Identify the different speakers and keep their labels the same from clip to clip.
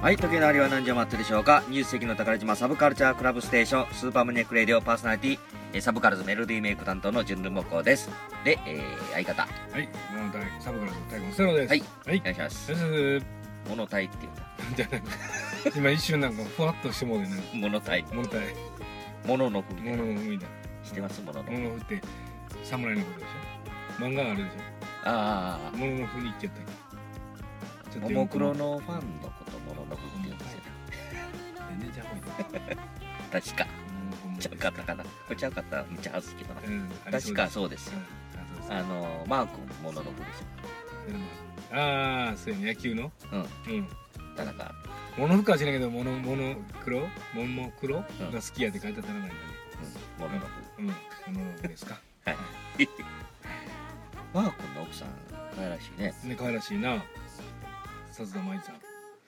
Speaker 1: はい、時計のありは何時を待ってるでしょうかニュース席の宝島サブカルチャークラブステーション、スーパームネックレディオパーソナリティ、えーサブカルズメロディーメイク担当の純ルモコです。で、えー、相方、
Speaker 2: はい、モノタイサブカルの大悟セロです。
Speaker 1: はい、
Speaker 2: はい
Speaker 1: お、願いします。
Speaker 2: です。
Speaker 1: 物体っていうんだ。
Speaker 2: じゃない 今一瞬なんかふわっとしてもうでね。
Speaker 1: 物体。
Speaker 2: モノタイ、
Speaker 1: 物のふみた
Speaker 2: モ
Speaker 1: いな
Speaker 2: ノ。の海だ。
Speaker 1: してます、物の。
Speaker 2: モノフって侍のことでしょ。漫画があるでし
Speaker 1: あ
Speaker 2: ょ。モノの風に行っちゃったっけ。
Speaker 1: あ、
Speaker 2: ちょっ
Speaker 1: も
Speaker 2: と
Speaker 1: もクロのファンのこと、物のふって言うんですよね。
Speaker 2: 全然ちゃうわよ
Speaker 1: 確か。
Speaker 2: モノフも
Speaker 1: ちゃうかったかな。これちゃうかった。めっちゃ恥ずかしいけどな。
Speaker 2: うんありそ
Speaker 1: 確
Speaker 2: うです
Speaker 1: かそうです
Speaker 2: う
Speaker 1: よ
Speaker 2: ん。あそうです
Speaker 1: あのー、マー君、物のふですよ。
Speaker 2: ああ、そうやね野球の。
Speaker 1: う
Speaker 2: うん。
Speaker 1: 田中。
Speaker 2: モノフかは知らんけどモノモノクロモノクロが
Speaker 1: うん
Speaker 2: 好きやって書いてあったらないんだね。
Speaker 1: うん、物のふ。
Speaker 2: うん。モノフですか。
Speaker 1: マー君の奥さん、可愛らしいね。
Speaker 2: ね可愛らしいな笹田舞さん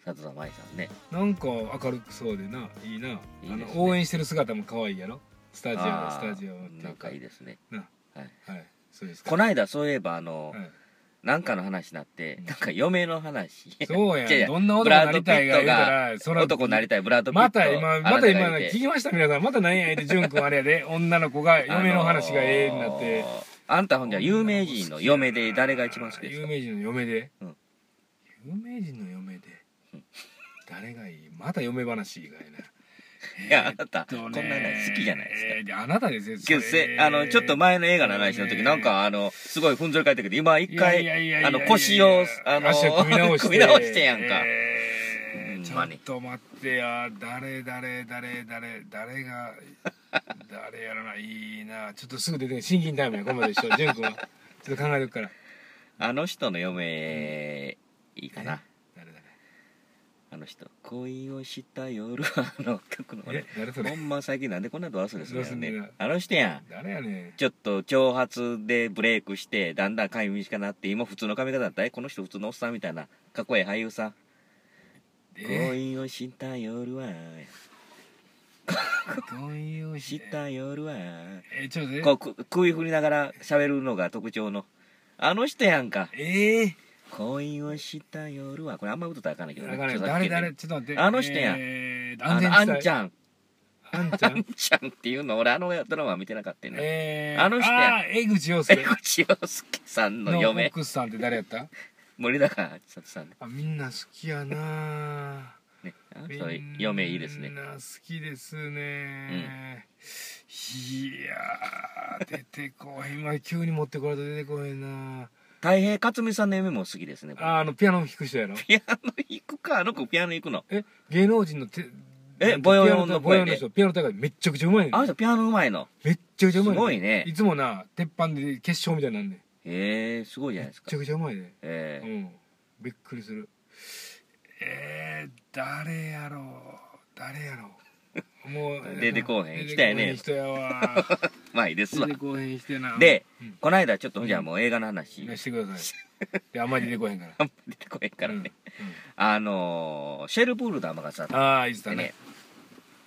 Speaker 1: 里田舞さんね。
Speaker 2: なんか明るくそうでないいない
Speaker 1: い
Speaker 2: あ
Speaker 1: ですね
Speaker 2: の応援してる姿も可愛いやろスタジオ
Speaker 1: あ
Speaker 2: ス
Speaker 1: ー
Speaker 2: タジオっていうか
Speaker 1: 仲いいですね。
Speaker 2: な
Speaker 1: はい。
Speaker 2: はいそうですか
Speaker 1: こないだそういえば、あの
Speaker 2: は、い、
Speaker 1: なんかの話になって、なんか嫁の話。
Speaker 2: そう
Speaker 1: いやい
Speaker 2: や
Speaker 1: や
Speaker 2: んどんな男になりたいが言うた
Speaker 1: ブ
Speaker 2: らそら
Speaker 1: 男になりたい、ブラッドピッ
Speaker 2: ま
Speaker 1: ト。
Speaker 2: た今また今聞きました皆さんまた何や言って潤君あれやで女の子が嫁の話がええになって、
Speaker 1: あのー。あんたほんじゃ有名人の嫁で誰が一番好きです
Speaker 2: 有
Speaker 1: か
Speaker 2: 名人の嫁で、
Speaker 1: うん
Speaker 2: 有名人の嫁で誰がいいまた嫁話以外な
Speaker 1: いや、あなた、こ
Speaker 2: えっと
Speaker 1: んな
Speaker 2: ね
Speaker 1: の好きじゃないですか。
Speaker 2: えーあなたですよ
Speaker 1: けどせ、あの、ちょっと前の映画の話の時、なんか、あの、すごいふんぞり返ったけど、今一回、あの、腰を、あの、
Speaker 2: 足を組み直して
Speaker 1: 組み直してやんか。
Speaker 2: えー
Speaker 1: ほ
Speaker 2: ち
Speaker 1: ん
Speaker 2: ょ
Speaker 1: ま
Speaker 2: っ
Speaker 1: に
Speaker 2: と待ってや誰誰誰誰誰が誰やろないいなちょっとすぐ出てくる新金タイムやここまで一緒純君はちょっと考えとくから
Speaker 1: あの人の嫁、いいかな。
Speaker 2: 誰誰
Speaker 1: あの人。恋をした夜、あの曲のね
Speaker 2: え。誰そ
Speaker 1: ほ
Speaker 2: れ
Speaker 1: んま最近なんでこんなドアスレするんだよ
Speaker 2: ドアスレ
Speaker 1: ね
Speaker 2: な。
Speaker 1: あの人やん。
Speaker 2: 誰やね
Speaker 1: ちょっと長髪でブレイクして、だんだん髪短くなって、今普通の髪型だったらえこの人普通のおっさんみたいな、かっこええ俳優さん。
Speaker 2: え
Speaker 1: 恋をした夜は、
Speaker 2: 恋を
Speaker 1: し
Speaker 2: した
Speaker 1: た夜は、
Speaker 2: えちょっと
Speaker 1: こ
Speaker 2: ね
Speaker 1: うく食い振りながら喋るのが特徴のあの人やんか
Speaker 2: ええ
Speaker 1: 恋をした夜はこれあんま歌ったらあかんないけどね
Speaker 2: だから
Speaker 1: 著作
Speaker 2: 誰
Speaker 1: 権ね
Speaker 2: 誰ちょっと待って
Speaker 1: あの人やん
Speaker 2: えー
Speaker 1: あの
Speaker 2: 安
Speaker 1: あ
Speaker 2: 全
Speaker 1: ん
Speaker 2: 地
Speaker 1: ち
Speaker 2: 帯
Speaker 1: ゃん
Speaker 2: あんち
Speaker 1: あ
Speaker 2: ゃん
Speaker 1: んちゃんっていうの俺あのドラマ見てなかったよね
Speaker 2: えー
Speaker 1: あの人やん
Speaker 2: あー江口洋
Speaker 1: 江
Speaker 2: 介
Speaker 1: 口洋介さんの
Speaker 2: の
Speaker 1: 嫁
Speaker 2: 奥さんって誰やった
Speaker 1: 森高千里さん
Speaker 2: あみんな好き やな
Speaker 1: ねあの
Speaker 2: ぁ
Speaker 1: 人嫁いいですね
Speaker 2: みんな好きですね、いやー出てこへん今急に持ってこられたら出てこへんな
Speaker 1: 太平克美さんの嫁も好きですね
Speaker 2: あーあのピアノ弾く人やろ
Speaker 1: ピアノ行くかあの子ピアノ行くの
Speaker 2: え芸能人のて
Speaker 1: えボヨヨンの
Speaker 2: ボ
Speaker 1: 声
Speaker 2: ヨヨンの
Speaker 1: で
Speaker 2: 人ピアノ高いめっちゃくちゃうまいねん
Speaker 1: あの人ピアノうまいの
Speaker 2: めっちゃくちゃうまい
Speaker 1: すごいね
Speaker 2: いつもな鉄板で決勝みたいになんねんめ
Speaker 1: えー、すごいじゃないです
Speaker 2: ち
Speaker 1: か
Speaker 2: ゃくちゃうまいね
Speaker 1: え
Speaker 2: う
Speaker 1: ー、
Speaker 2: んびっくりするえー、誰やろう誰やろうもう
Speaker 1: 出てこうへん人やね
Speaker 2: 出てこうへん人や わ
Speaker 1: まあいいです
Speaker 2: 出
Speaker 1: わ
Speaker 2: てこうへん人やな
Speaker 1: で
Speaker 2: うん
Speaker 1: この間ちょっとじゃあもう映画の話
Speaker 2: 出してください であんまり出てこうへんから
Speaker 1: あんま出てこへんからね、あのーシェルブールダーがさ
Speaker 2: うんうんああいつ
Speaker 1: で
Speaker 2: だ
Speaker 1: ね
Speaker 2: ね、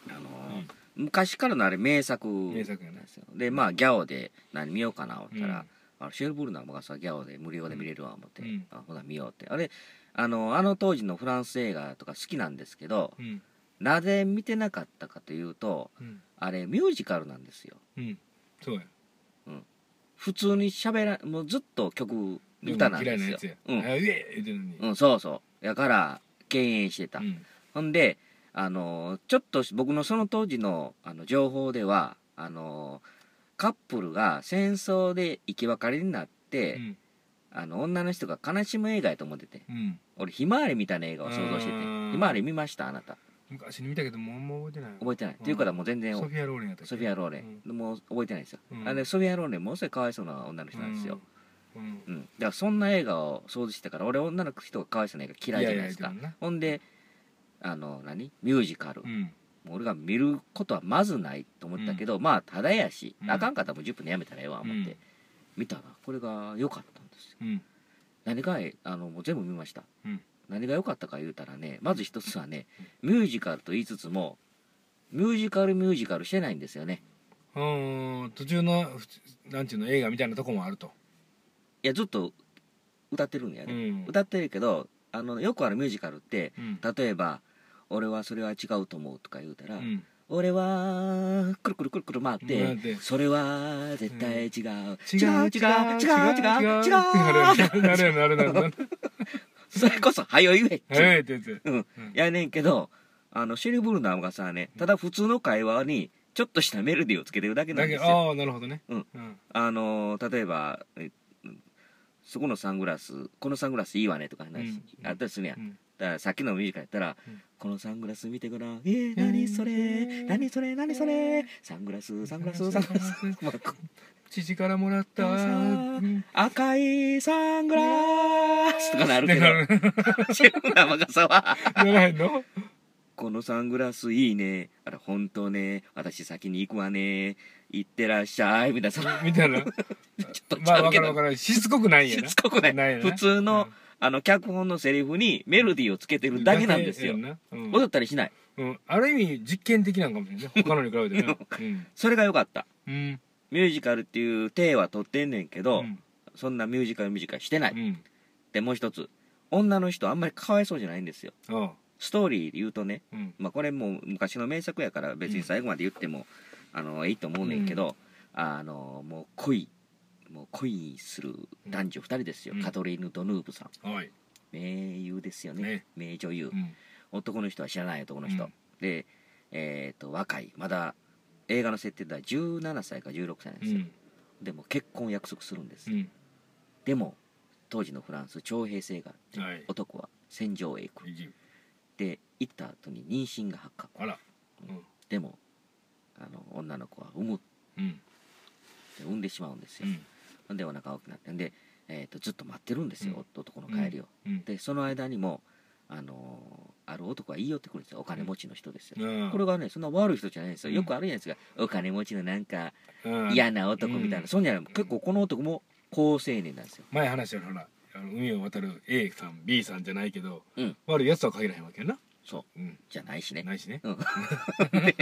Speaker 1: あのー昔からのあれ名作
Speaker 2: 名作や
Speaker 1: なん
Speaker 2: ね
Speaker 1: ですよでまあギャオで何見ようかな思ったら、
Speaker 2: うん
Speaker 1: あのシェルブールダーがさギャオで無料で見れるわ思って、
Speaker 2: うん
Speaker 1: あほな見ようってあれあのあの当時のフランス映画とか好きなんですけど
Speaker 2: うん
Speaker 1: なぜ見てなかったかというと
Speaker 2: うん
Speaker 1: あれミュージカルなんですよ
Speaker 2: うんそうや
Speaker 1: 普通に喋らもうずっと曲歌なんですよ
Speaker 2: 嫌い
Speaker 1: うん
Speaker 2: なやつやあうえ言うてんのに
Speaker 1: うん、そうそう。やから、敬遠してた。
Speaker 2: うん
Speaker 1: ほんで、あのー、ちょっと僕のその当時のあの情報では、あのー、カップルが戦争で生き別れになって、
Speaker 2: うん
Speaker 1: あの、女の人が悲しむ映画やと思ってて。
Speaker 2: うん
Speaker 1: 俺、ひまわりみたいな映画を想像してて。
Speaker 2: うーん
Speaker 1: ひまわり見ましたあなた。
Speaker 2: 昔に見たけどもうもう覚えてない
Speaker 1: 覚えてない。っていうからもう全然、
Speaker 2: ソフィア・ローレンやったっけ
Speaker 1: ソフィア・ローレン。もう覚えてないですよ。
Speaker 2: うん
Speaker 1: あれ、ソフィア・ローレン、ものすごいかわいそうな女の人なんですよ。
Speaker 2: うんうん
Speaker 1: うん。だから、そんな映画を想像してたから、俺、女の人がかわいそうな映画嫌いじゃないですか。
Speaker 2: ややや
Speaker 1: ほんであの何ミュージカル、
Speaker 2: でもなうん
Speaker 1: もう俺が見ることはまずないと思ったけど、まあただやし、
Speaker 2: うん
Speaker 1: あかんかったらもう10分でやめたらええわ思って、
Speaker 2: うん
Speaker 1: 見たらこれが良かったんですよ
Speaker 2: うん
Speaker 1: 何がえあのもう全部見ました、
Speaker 2: うん
Speaker 1: 何が良かったか言うたらねまず一つはねミュージカルと言いつつもミュージカルミュージカルしてないんですよね
Speaker 2: うーん途中のふつなんていうの映画みたいなとこもあると、
Speaker 1: いやずっと歌ってるんや
Speaker 2: う
Speaker 1: ね、
Speaker 2: ん
Speaker 1: 歌ってるけどあのよくあるミュージカルって
Speaker 2: うん
Speaker 1: 例えば俺はそれは違うと思う」とか言うたら「
Speaker 2: うん
Speaker 1: 俺はくるくるくるくる回って
Speaker 2: 回って
Speaker 1: それは絶対違う、
Speaker 2: 違う
Speaker 1: 違う違う違う違う違う
Speaker 2: 違う違うってなるよなるなるなる
Speaker 1: それこそ「はよ言え」
Speaker 2: なるはいって言って
Speaker 1: うん、やねんけどあのシェリー・ブルナーがさねただ普通の会話にちょっとしたメロディーをつけてるだけな
Speaker 2: だ
Speaker 1: んで
Speaker 2: け
Speaker 1: すよ
Speaker 2: ああなるほどね
Speaker 1: うん
Speaker 2: うん
Speaker 1: あの例えばえそこのサングラスこのサングラスいいわねとか話
Speaker 2: うん
Speaker 1: あったりするやん
Speaker 2: うん
Speaker 1: だからさっきのミュージカルやったら、
Speaker 2: うん
Speaker 1: このサングラス見てごらんえー、何それ何それ何それサングラスサングラス サングラスまあこ
Speaker 2: 父からもらった
Speaker 1: さあ
Speaker 2: うん
Speaker 1: 赤いサングラスとかなるけ
Speaker 2: な
Speaker 1: どシェフラー若さは
Speaker 2: ならへんの
Speaker 1: このサングラスいいねあら本当ね私先に行くわね行ってらっしゃいみたいなその
Speaker 2: みたい な
Speaker 1: ちょっとち
Speaker 2: まあ
Speaker 1: ゃう
Speaker 2: わ
Speaker 1: け
Speaker 2: か
Speaker 1: ど、
Speaker 2: るわかるしつこくないんや
Speaker 1: し
Speaker 2: な
Speaker 1: つこくない
Speaker 2: ないよね
Speaker 1: 普通の、
Speaker 2: うん
Speaker 1: あの脚本のセリフにメロディーをつけてるだけなんですよ
Speaker 2: だけやんなうん
Speaker 1: 踊ったりしない
Speaker 2: うんある意味実験的なんかもしれないね他のに比べてね
Speaker 1: それが良かった
Speaker 2: うんうん
Speaker 1: ミュージカルっていう体は取ってんねんけど、
Speaker 2: うん
Speaker 1: そんなミュージカルミュージカルしてない、
Speaker 2: うん
Speaker 1: でもう一つ女の人あんまりかわいそうじゃないんですよ
Speaker 2: ああ
Speaker 1: ストーリーで言うとね、
Speaker 2: うん
Speaker 1: まあ、これもう昔の名作やから別に最後まで言っても、あのいいと思うねんけど、あのもう恋もう恋する男女2人ですよ、
Speaker 2: うん
Speaker 1: カトリーヌ・ドヌーブさん
Speaker 2: はい
Speaker 1: 名優ですよね
Speaker 2: ね
Speaker 1: 名女優、
Speaker 2: うん
Speaker 1: 男の人は知らない男の人、
Speaker 2: うん
Speaker 1: で、えっと若いまだ映画の設定では17歳か16歳なん
Speaker 2: う
Speaker 1: ですよ、
Speaker 2: ん
Speaker 1: でも結婚を約束するんです、
Speaker 2: うん
Speaker 1: でも当時のフランス徴兵制があって、
Speaker 2: はい
Speaker 1: 男は戦場へ行く
Speaker 2: いい
Speaker 1: で行った後に妊娠が発覚
Speaker 2: あらうん
Speaker 1: でもあの女の子は産むって
Speaker 2: うん
Speaker 1: 産んでしまうんです
Speaker 2: う
Speaker 1: よ、
Speaker 2: ん
Speaker 1: ほん、でお腹大きくなってんで、えー、とずっと待ってるんですよ、
Speaker 2: うん
Speaker 1: 男の帰りを、
Speaker 2: うん
Speaker 1: でその間にも、あのーある男が言い寄ってくるんですよお金持ちの人ですよ、
Speaker 2: うん
Speaker 1: これがねそんな悪い人じゃないんですよ
Speaker 2: うん
Speaker 1: よくあるじゃないですか、お金持ちのなんか
Speaker 2: うん
Speaker 1: 嫌な男みたいな、
Speaker 2: うん
Speaker 1: そんじゃない結構この男も好青年なんですよ
Speaker 2: 前話したほらあの海を渡る A さん B さんじゃないけど、
Speaker 1: うん
Speaker 2: 悪いやつとは限らへんわけやな、
Speaker 1: そう
Speaker 2: うん、
Speaker 1: じゃないしね
Speaker 2: ないしね
Speaker 1: うんで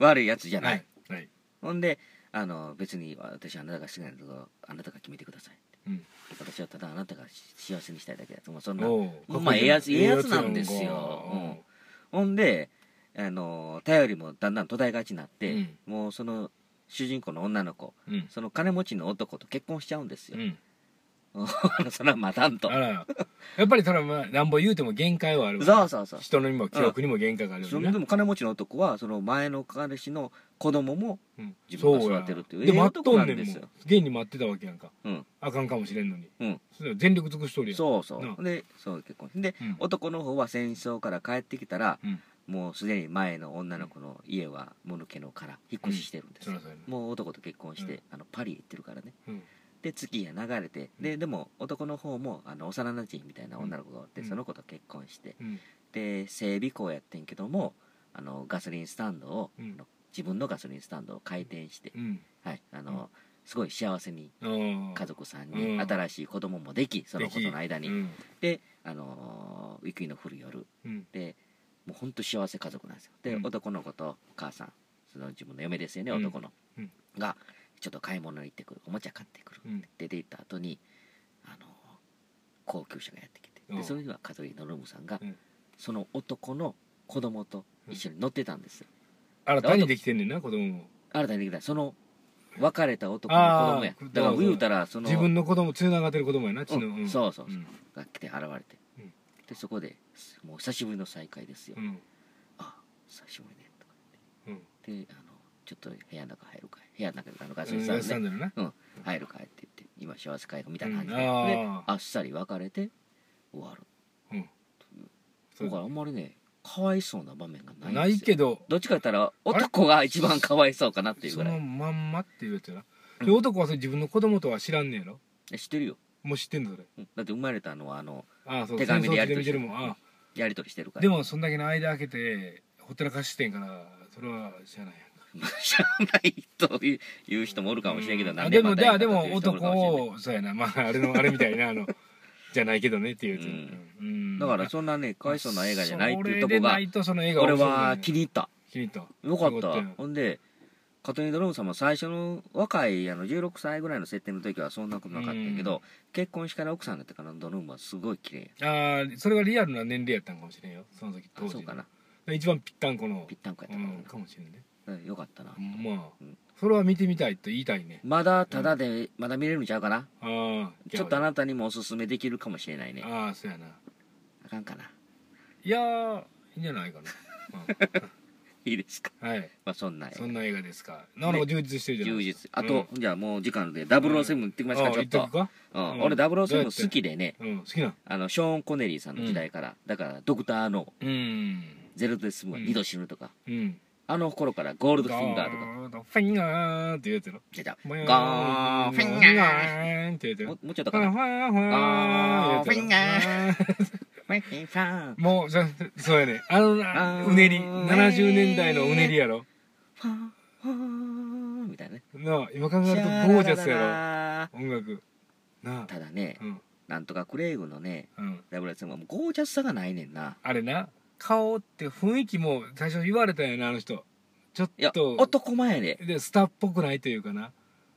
Speaker 1: 悪いやつじゃない、
Speaker 2: はいはい
Speaker 1: ほんであの別に私はあなたが好きなんだけどあなたが決めてください
Speaker 2: うん
Speaker 1: 私はただあなたが幸せにしたいだけだともうそんな
Speaker 2: お
Speaker 1: ほ
Speaker 2: うん
Speaker 1: まええやつ
Speaker 2: かっこいい
Speaker 1: ええやつなんですよ
Speaker 2: ええやつ
Speaker 1: ほんであの頼りもだんだん途絶えがちになって、
Speaker 2: うん
Speaker 1: もうその主人公の女の子
Speaker 2: やんか
Speaker 1: その金持ちの男と結婚しちゃうんです
Speaker 2: う
Speaker 1: よ
Speaker 2: ん、う、ん
Speaker 1: それは待たんと
Speaker 2: あらやっぱりそれはまあなんぼ言うても限界はあるわ
Speaker 1: そうそうそう
Speaker 2: 人のにも記憶にも限界がある
Speaker 1: そ
Speaker 2: よ
Speaker 1: れ
Speaker 2: ね
Speaker 1: でも金持ちの男はその前の彼氏の子供も
Speaker 2: うん
Speaker 1: 自分が育てるっていう
Speaker 2: そうやで
Speaker 1: ええ
Speaker 2: 待っ
Speaker 1: 男
Speaker 2: と
Speaker 1: なんん
Speaker 2: ねん
Speaker 1: で
Speaker 2: も
Speaker 1: す
Speaker 2: ん
Speaker 1: よ
Speaker 2: 現に待ってたわけやんか
Speaker 1: うん
Speaker 2: あかんかもしれんのに
Speaker 1: うん
Speaker 2: それは全力尽くしとるやん
Speaker 1: そうそう、
Speaker 2: な
Speaker 1: でそう結婚で、
Speaker 2: うん
Speaker 1: 男の方は戦争から帰ってきたら、
Speaker 2: うん
Speaker 1: もうすでに前の女の子の家はもぬけのから引っ越ししてるんです
Speaker 2: そ
Speaker 1: よ、
Speaker 2: らそうやな
Speaker 1: もう男と結婚して、
Speaker 2: うん
Speaker 1: あのパリへ行ってるからね
Speaker 2: うん
Speaker 1: で月が流れてででも男の方もあの幼なじみみたいな女の子がおって、
Speaker 2: うん
Speaker 1: その子と結婚して
Speaker 2: うん
Speaker 1: で整備工やってんけどもあのガソリンスタンドを、
Speaker 2: うん
Speaker 1: あの自分のガソリンスタンドを開店して、
Speaker 2: うん
Speaker 1: はいあの、
Speaker 2: うん
Speaker 1: すごい幸せに
Speaker 2: うん
Speaker 1: 家族さんに
Speaker 2: うん
Speaker 1: 新しい子供もできその子との間に、
Speaker 2: うん
Speaker 1: であのー雪の降る夜
Speaker 2: うん
Speaker 1: でもうほんと幸せ家族なんですよで、
Speaker 2: うん
Speaker 1: 男の子とお母さんその自分の嫁ですよね
Speaker 2: うん
Speaker 1: 男の、
Speaker 2: うん
Speaker 1: がちょっと買い物に行ってくるおもちゃ買ってくる、
Speaker 2: うん
Speaker 1: 出て行った後にあのー高級車がやってきて
Speaker 2: う
Speaker 1: で
Speaker 2: ん
Speaker 1: それにはカトリーノルムさんが、
Speaker 2: うん
Speaker 1: その男の子供と一緒に乗ってたんですよ、
Speaker 2: 新たにできてんねんな子供も
Speaker 1: 新たにできたその別れた男の子供や
Speaker 2: あー
Speaker 1: だから言うたらその
Speaker 2: 自分の子供つながってる子供やな血の、
Speaker 1: うんそうそうそう
Speaker 2: うん
Speaker 1: が来て現れて、
Speaker 2: うん
Speaker 1: でそこでもう久しぶりの再会ですよ、
Speaker 2: うん
Speaker 1: あ久しぶりねとか
Speaker 2: うん
Speaker 1: 言ってであのちょっと部屋の中入るかい部屋の中であのガ
Speaker 2: ガ
Speaker 1: ソリンスタン
Speaker 2: スタ
Speaker 1: ド
Speaker 2: ン
Speaker 1: ね
Speaker 2: ドのな
Speaker 1: 入るかいって言って今幸せ会合みたいな感じで,、
Speaker 2: うんあ
Speaker 1: で
Speaker 2: ー
Speaker 1: あっさり別れて終わる
Speaker 2: うんそ
Speaker 1: だから
Speaker 2: う
Speaker 1: あんまりねかわいそうな場面がないんですよ
Speaker 2: ないけど
Speaker 1: どっちか言ったら男が一番かわいそうかなっていうぐ
Speaker 2: そ
Speaker 1: ら
Speaker 2: の
Speaker 1: い
Speaker 2: まんまっていうやつやな、
Speaker 1: うん
Speaker 2: で男はそれ自分の子供とは知らんねやろ
Speaker 1: え知ってるよ、
Speaker 2: もう知ってんのそれ
Speaker 1: うんだって生まれたのはあの
Speaker 2: ああそう
Speaker 1: 手紙でやり
Speaker 2: 戦
Speaker 1: 取
Speaker 2: 争地
Speaker 1: り
Speaker 2: 見てるもんあ
Speaker 1: やり取りしてるか
Speaker 2: あ
Speaker 1: ら
Speaker 2: で
Speaker 1: も
Speaker 2: もそんだけの間空けてほったらかしてんからそれは知らないやんか
Speaker 1: 知らないという人もおるかもしれんけど、
Speaker 2: うん
Speaker 1: 何
Speaker 2: で
Speaker 1: 年ま
Speaker 2: も
Speaker 1: た
Speaker 2: であ
Speaker 1: やった
Speaker 2: で
Speaker 1: とい
Speaker 2: も
Speaker 1: う人おる
Speaker 2: 男
Speaker 1: かもしれんね
Speaker 2: をそうやなまああ れのあれみたいなあのじゃないけどねっていうやつ、
Speaker 1: うん
Speaker 2: うん
Speaker 1: だからそんなねかわいそうな映画じゃないっていうとこ
Speaker 2: それでな
Speaker 1: が
Speaker 2: いとその映画
Speaker 1: 俺は気
Speaker 2: 気
Speaker 1: に入った
Speaker 2: に入った
Speaker 1: よかった
Speaker 2: よよ
Speaker 1: ほんでカトリーヌ・ドロームさんも最初の若いあの16歳ぐらいの設定の時はそんなことなかったんやけど、
Speaker 2: うん
Speaker 1: 結婚してから奥さんになってからのドロームはすごい綺麗
Speaker 2: ああそれがリアルな年齢やったんかもしれんよその時
Speaker 1: や
Speaker 2: 当時
Speaker 1: そうかな
Speaker 2: ら一番ぴったんこの
Speaker 1: ぴったんこや
Speaker 2: う
Speaker 1: ったから
Speaker 2: ん、かもしれんね
Speaker 1: な、うんよかったな、
Speaker 2: まあ
Speaker 1: うん
Speaker 2: それは見てみたいと言いたいね
Speaker 1: まだただで、まだ見れるんちゃうかな
Speaker 2: ああ
Speaker 1: ちょっとあ
Speaker 2: な
Speaker 1: なたにもおすすめできるかもしれないね
Speaker 2: ああそうやな
Speaker 1: あかんかない
Speaker 2: やーいいんじゃないかな、
Speaker 1: いいですか
Speaker 2: うんはい
Speaker 1: まあそんな
Speaker 2: そんな映画ですかなかなか充実してるじゃな
Speaker 1: 充
Speaker 2: いです
Speaker 1: 実
Speaker 2: か
Speaker 1: あと、じゃあもう時間で007行ってき
Speaker 2: うん
Speaker 1: ますか、
Speaker 2: あ
Speaker 1: ちょっ
Speaker 2: 言っ
Speaker 1: と
Speaker 2: とくか
Speaker 1: うん
Speaker 2: うん
Speaker 1: 俺
Speaker 2: どうやって
Speaker 1: 007好きでね
Speaker 2: うん好きな
Speaker 1: あのショーン・コネリーさんの時代から、だからドクターの
Speaker 2: うん
Speaker 1: ゼロデスムは二度死ぬとか、
Speaker 2: うん
Speaker 1: あの頃からゴールドフィンガーとか
Speaker 2: ゴールドフィンガーって言うやつやろ
Speaker 1: 出た
Speaker 2: ゴ
Speaker 1: ゴーフィンガー
Speaker 2: ーって言うやつや
Speaker 1: も
Speaker 2: ろ
Speaker 1: もうちょっと
Speaker 2: フ
Speaker 1: か
Speaker 2: ァ
Speaker 1: な
Speaker 2: ンファンファンって言うやつやろもうそそうやねあのな
Speaker 1: あー
Speaker 2: うねり70年代のうねりやろ
Speaker 1: みたいなね
Speaker 2: なあ今考えるとゴージャスやろ音楽なあ
Speaker 1: ただね
Speaker 2: うん
Speaker 1: なんとかクレイグのね
Speaker 2: うん
Speaker 1: ラブレスはもうゴージャスさがないねんな
Speaker 2: あれな顔って雰囲気も最初言われたんやなあの人ちょっ
Speaker 1: いや
Speaker 2: と
Speaker 1: 男前やで
Speaker 2: でスターっぽくないというかな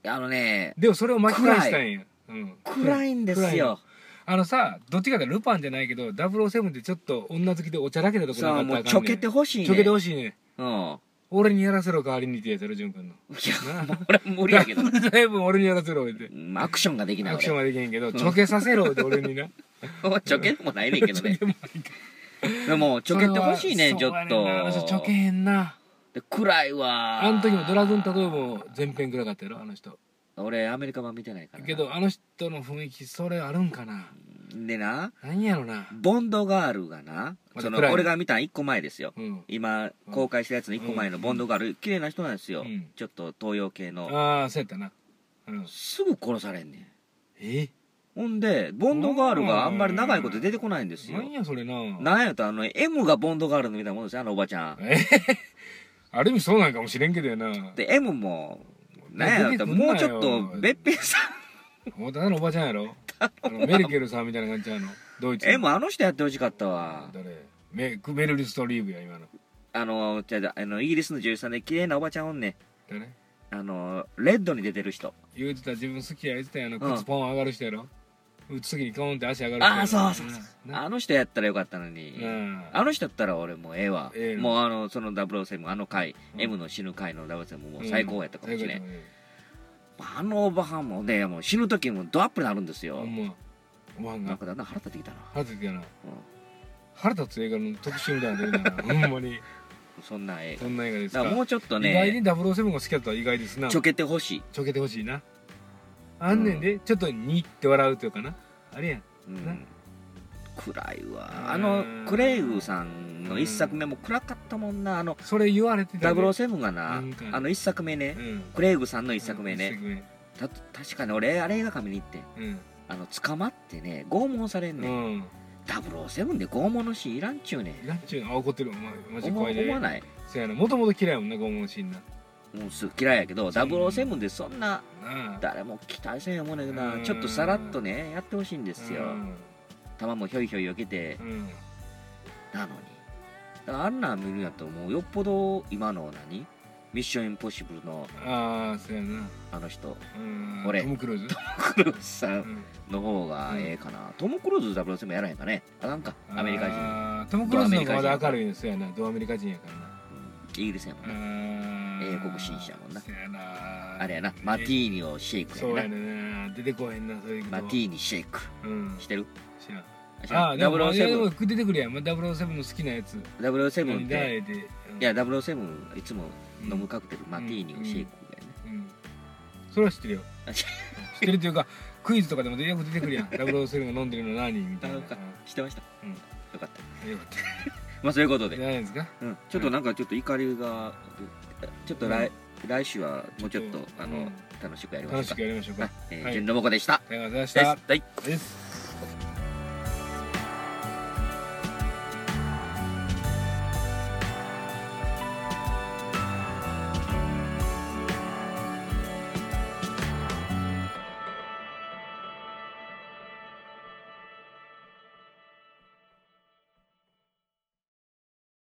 Speaker 1: あのね
Speaker 2: でもそれを巻き返したんやうん
Speaker 1: 暗いんですよ
Speaker 2: あのさどっちかってルパンじゃないけど007ってちょっと女好きでおちゃらけたとこ
Speaker 1: さ
Speaker 2: ろ
Speaker 1: あ
Speaker 2: なかった
Speaker 1: も
Speaker 2: らあ
Speaker 1: う
Speaker 2: かん
Speaker 1: ちょけて
Speaker 2: ね
Speaker 1: ほしいね
Speaker 2: ちょけて
Speaker 1: しい
Speaker 2: ほしいね
Speaker 1: うんいや
Speaker 2: 俺にやらせろ代わりにってやつやろ 潤君のなあ
Speaker 1: 俺 は無理やけど
Speaker 2: だいぶ俺にやらせろ言うて
Speaker 1: うんアクションができない
Speaker 2: アクション
Speaker 1: 俺
Speaker 2: はできへんけどちょけさせろ言うて俺にな
Speaker 1: ちょけでもないねんけどねでも ちょけてほしいねんちょっ
Speaker 2: そうやねんなあの人ちょ
Speaker 1: と
Speaker 2: けへんな
Speaker 1: で暗いわ
Speaker 2: あの時もドラグン例えも全編暗かったやろあの人
Speaker 1: 俺アメリカ版見てないからな
Speaker 2: けどあの人の雰囲気それあるんかな
Speaker 1: でな
Speaker 2: なんやろな
Speaker 1: ボンドガールがな
Speaker 2: また
Speaker 1: その
Speaker 2: 暗い
Speaker 1: 俺が見た1個前ですよ
Speaker 2: うん
Speaker 1: 今
Speaker 2: うん
Speaker 1: 公開したやつの1個前のボンドガール綺麗な人なんですよ
Speaker 2: うん
Speaker 1: ちょっと東洋系の
Speaker 2: ああそうやったなうん
Speaker 1: すぐ殺されんねん
Speaker 2: え
Speaker 1: ほんでボンドガールがあんまり長いこと出てこないんですよ
Speaker 2: なんやそれな
Speaker 1: なんやとあの M がボンドガールのみたいなもんですよあのおばちゃん
Speaker 2: え ある意味そうなんかもしれんけどやな
Speaker 1: で M もなんや
Speaker 2: 出て
Speaker 1: と
Speaker 2: くんな
Speaker 1: も
Speaker 2: よ
Speaker 1: うちょっとべっぴんさ
Speaker 2: もうただのおばちゃんやろあのメルケルさんみたいな感じやのドイ
Speaker 1: ん
Speaker 2: ツ
Speaker 1: M あの人やってほしかったわ
Speaker 2: 誰メメルリストリーブや今の
Speaker 1: あのじゃあじゃああのイギリスの女優さんで綺麗なおばちゃんおんねん
Speaker 2: 誰
Speaker 1: あのレッドに出てる人
Speaker 2: 言うてた自分好きや言うてたやの
Speaker 1: うん
Speaker 2: 靴ポン上がる人やろ打つ時にコーンって足上がる人やろ
Speaker 1: ああそうそうそう
Speaker 2: な
Speaker 1: あの人やったらよかったのに
Speaker 2: なあ
Speaker 1: あの人やったら俺もうええわ
Speaker 2: ええの
Speaker 1: もうあのその007あの回
Speaker 2: うん
Speaker 1: M の死ぬ回の007ももう最高やったかもしれ
Speaker 2: うんん
Speaker 1: あのおばはんもねもう死ぬ時もドアップになるんです
Speaker 2: ほ
Speaker 1: よ
Speaker 2: んまおまん
Speaker 1: なん
Speaker 2: が
Speaker 1: かだんだん腹立ってきたな
Speaker 2: 腹立つやな
Speaker 1: う
Speaker 2: 腹立つ映画の特集みたいなの出 てるなほんまに
Speaker 1: んそんな映
Speaker 2: そんな映画です
Speaker 1: 画だ
Speaker 2: か
Speaker 1: からもうちょっと
Speaker 2: 意外に
Speaker 1: ね
Speaker 2: 007が好きだったら意外ですな
Speaker 1: ちょけてほしい
Speaker 2: ちょけてほしいなあんねんで、ちょっとにって笑うというかなあれやん
Speaker 1: うん
Speaker 2: ね
Speaker 1: 暗いわ
Speaker 2: ん
Speaker 1: あのクレイグさんの一作目も暗かったもんなあの
Speaker 2: それ言われてたね
Speaker 1: 007がな
Speaker 2: なんかね
Speaker 1: あの一作目ね
Speaker 2: うん
Speaker 1: クレイグさんの一作目
Speaker 2: 一
Speaker 1: ね
Speaker 2: 作目
Speaker 1: た確かに俺あれ映画館見に行ってん
Speaker 2: うん
Speaker 1: あの捕まってね拷問されん
Speaker 2: う
Speaker 1: ねん
Speaker 2: ん
Speaker 1: 007で拷問のシーンいらんちゅうねん
Speaker 2: ラッチューあ怒ってるお前マジ
Speaker 1: 思
Speaker 2: 怖
Speaker 1: わ
Speaker 2: いで
Speaker 1: 思わない
Speaker 2: そうやなもともと嫌いやもんな拷問シーンな
Speaker 1: もうすぐ嫌いやけど007でそんな
Speaker 2: なあ
Speaker 1: 誰も期待せんやもんねんけど
Speaker 2: う
Speaker 1: なんちょっとさらっとねやってほしいんですよ弾もひょいひょい避けて
Speaker 2: うん、うん
Speaker 1: なのにだからあんなん見るんやったらもうよっぽど今の何ミッションインポッシブルの
Speaker 2: ああそうやな
Speaker 1: あの人
Speaker 2: うん
Speaker 1: 俺
Speaker 2: トム・クルーズ、
Speaker 1: クルーズさ
Speaker 2: うんん
Speaker 1: の方がええかな、トム・クルーズ007やらへんかねあなんかアメリカ人、うん
Speaker 2: あートム・クルーズの方がまだ明るいんですよやなドアメリカ人やからな
Speaker 1: イギリスやもんね英国紳士やもんな
Speaker 2: そうやな
Speaker 1: あれやなマティーニをシェイク
Speaker 2: そう
Speaker 1: や
Speaker 2: や
Speaker 1: な
Speaker 2: ねんな出てこへんなそういう
Speaker 1: マティーニシェイク
Speaker 2: うん
Speaker 1: してる
Speaker 2: 知らん
Speaker 1: 知らん
Speaker 2: ああでもいやでも
Speaker 1: 007
Speaker 2: 出てくるやんまあ007の好きなやつ
Speaker 1: 007って
Speaker 2: 誰でうん
Speaker 1: いや007いつも飲むカクテル、
Speaker 2: ん
Speaker 1: マティーニをシェイクやね、
Speaker 2: うんそれは知ってるよ
Speaker 1: あ
Speaker 2: 知
Speaker 1: 知
Speaker 2: ってるというかクイズとかでもよく出てくるやん007が飲んでるの何みたいな
Speaker 1: あそうか知ってました、
Speaker 2: うん
Speaker 1: よかった
Speaker 2: うんよかった
Speaker 1: まあそういうこと
Speaker 2: じ
Speaker 1: で
Speaker 2: ゃ、ないですか
Speaker 1: うんちょっとなんかちょっと怒りがちょっと来,、来週はもうちょっと
Speaker 2: ちょっと
Speaker 1: あの、
Speaker 2: うん
Speaker 1: 楽しくやりま
Speaker 2: 楽
Speaker 1: しょう
Speaker 2: しく
Speaker 1: か
Speaker 2: やりましょう
Speaker 1: はい
Speaker 2: か、
Speaker 1: えー
Speaker 2: はい
Speaker 1: 純ロボコでした
Speaker 2: さようございまし
Speaker 1: です
Speaker 2: た
Speaker 1: はい
Speaker 2: です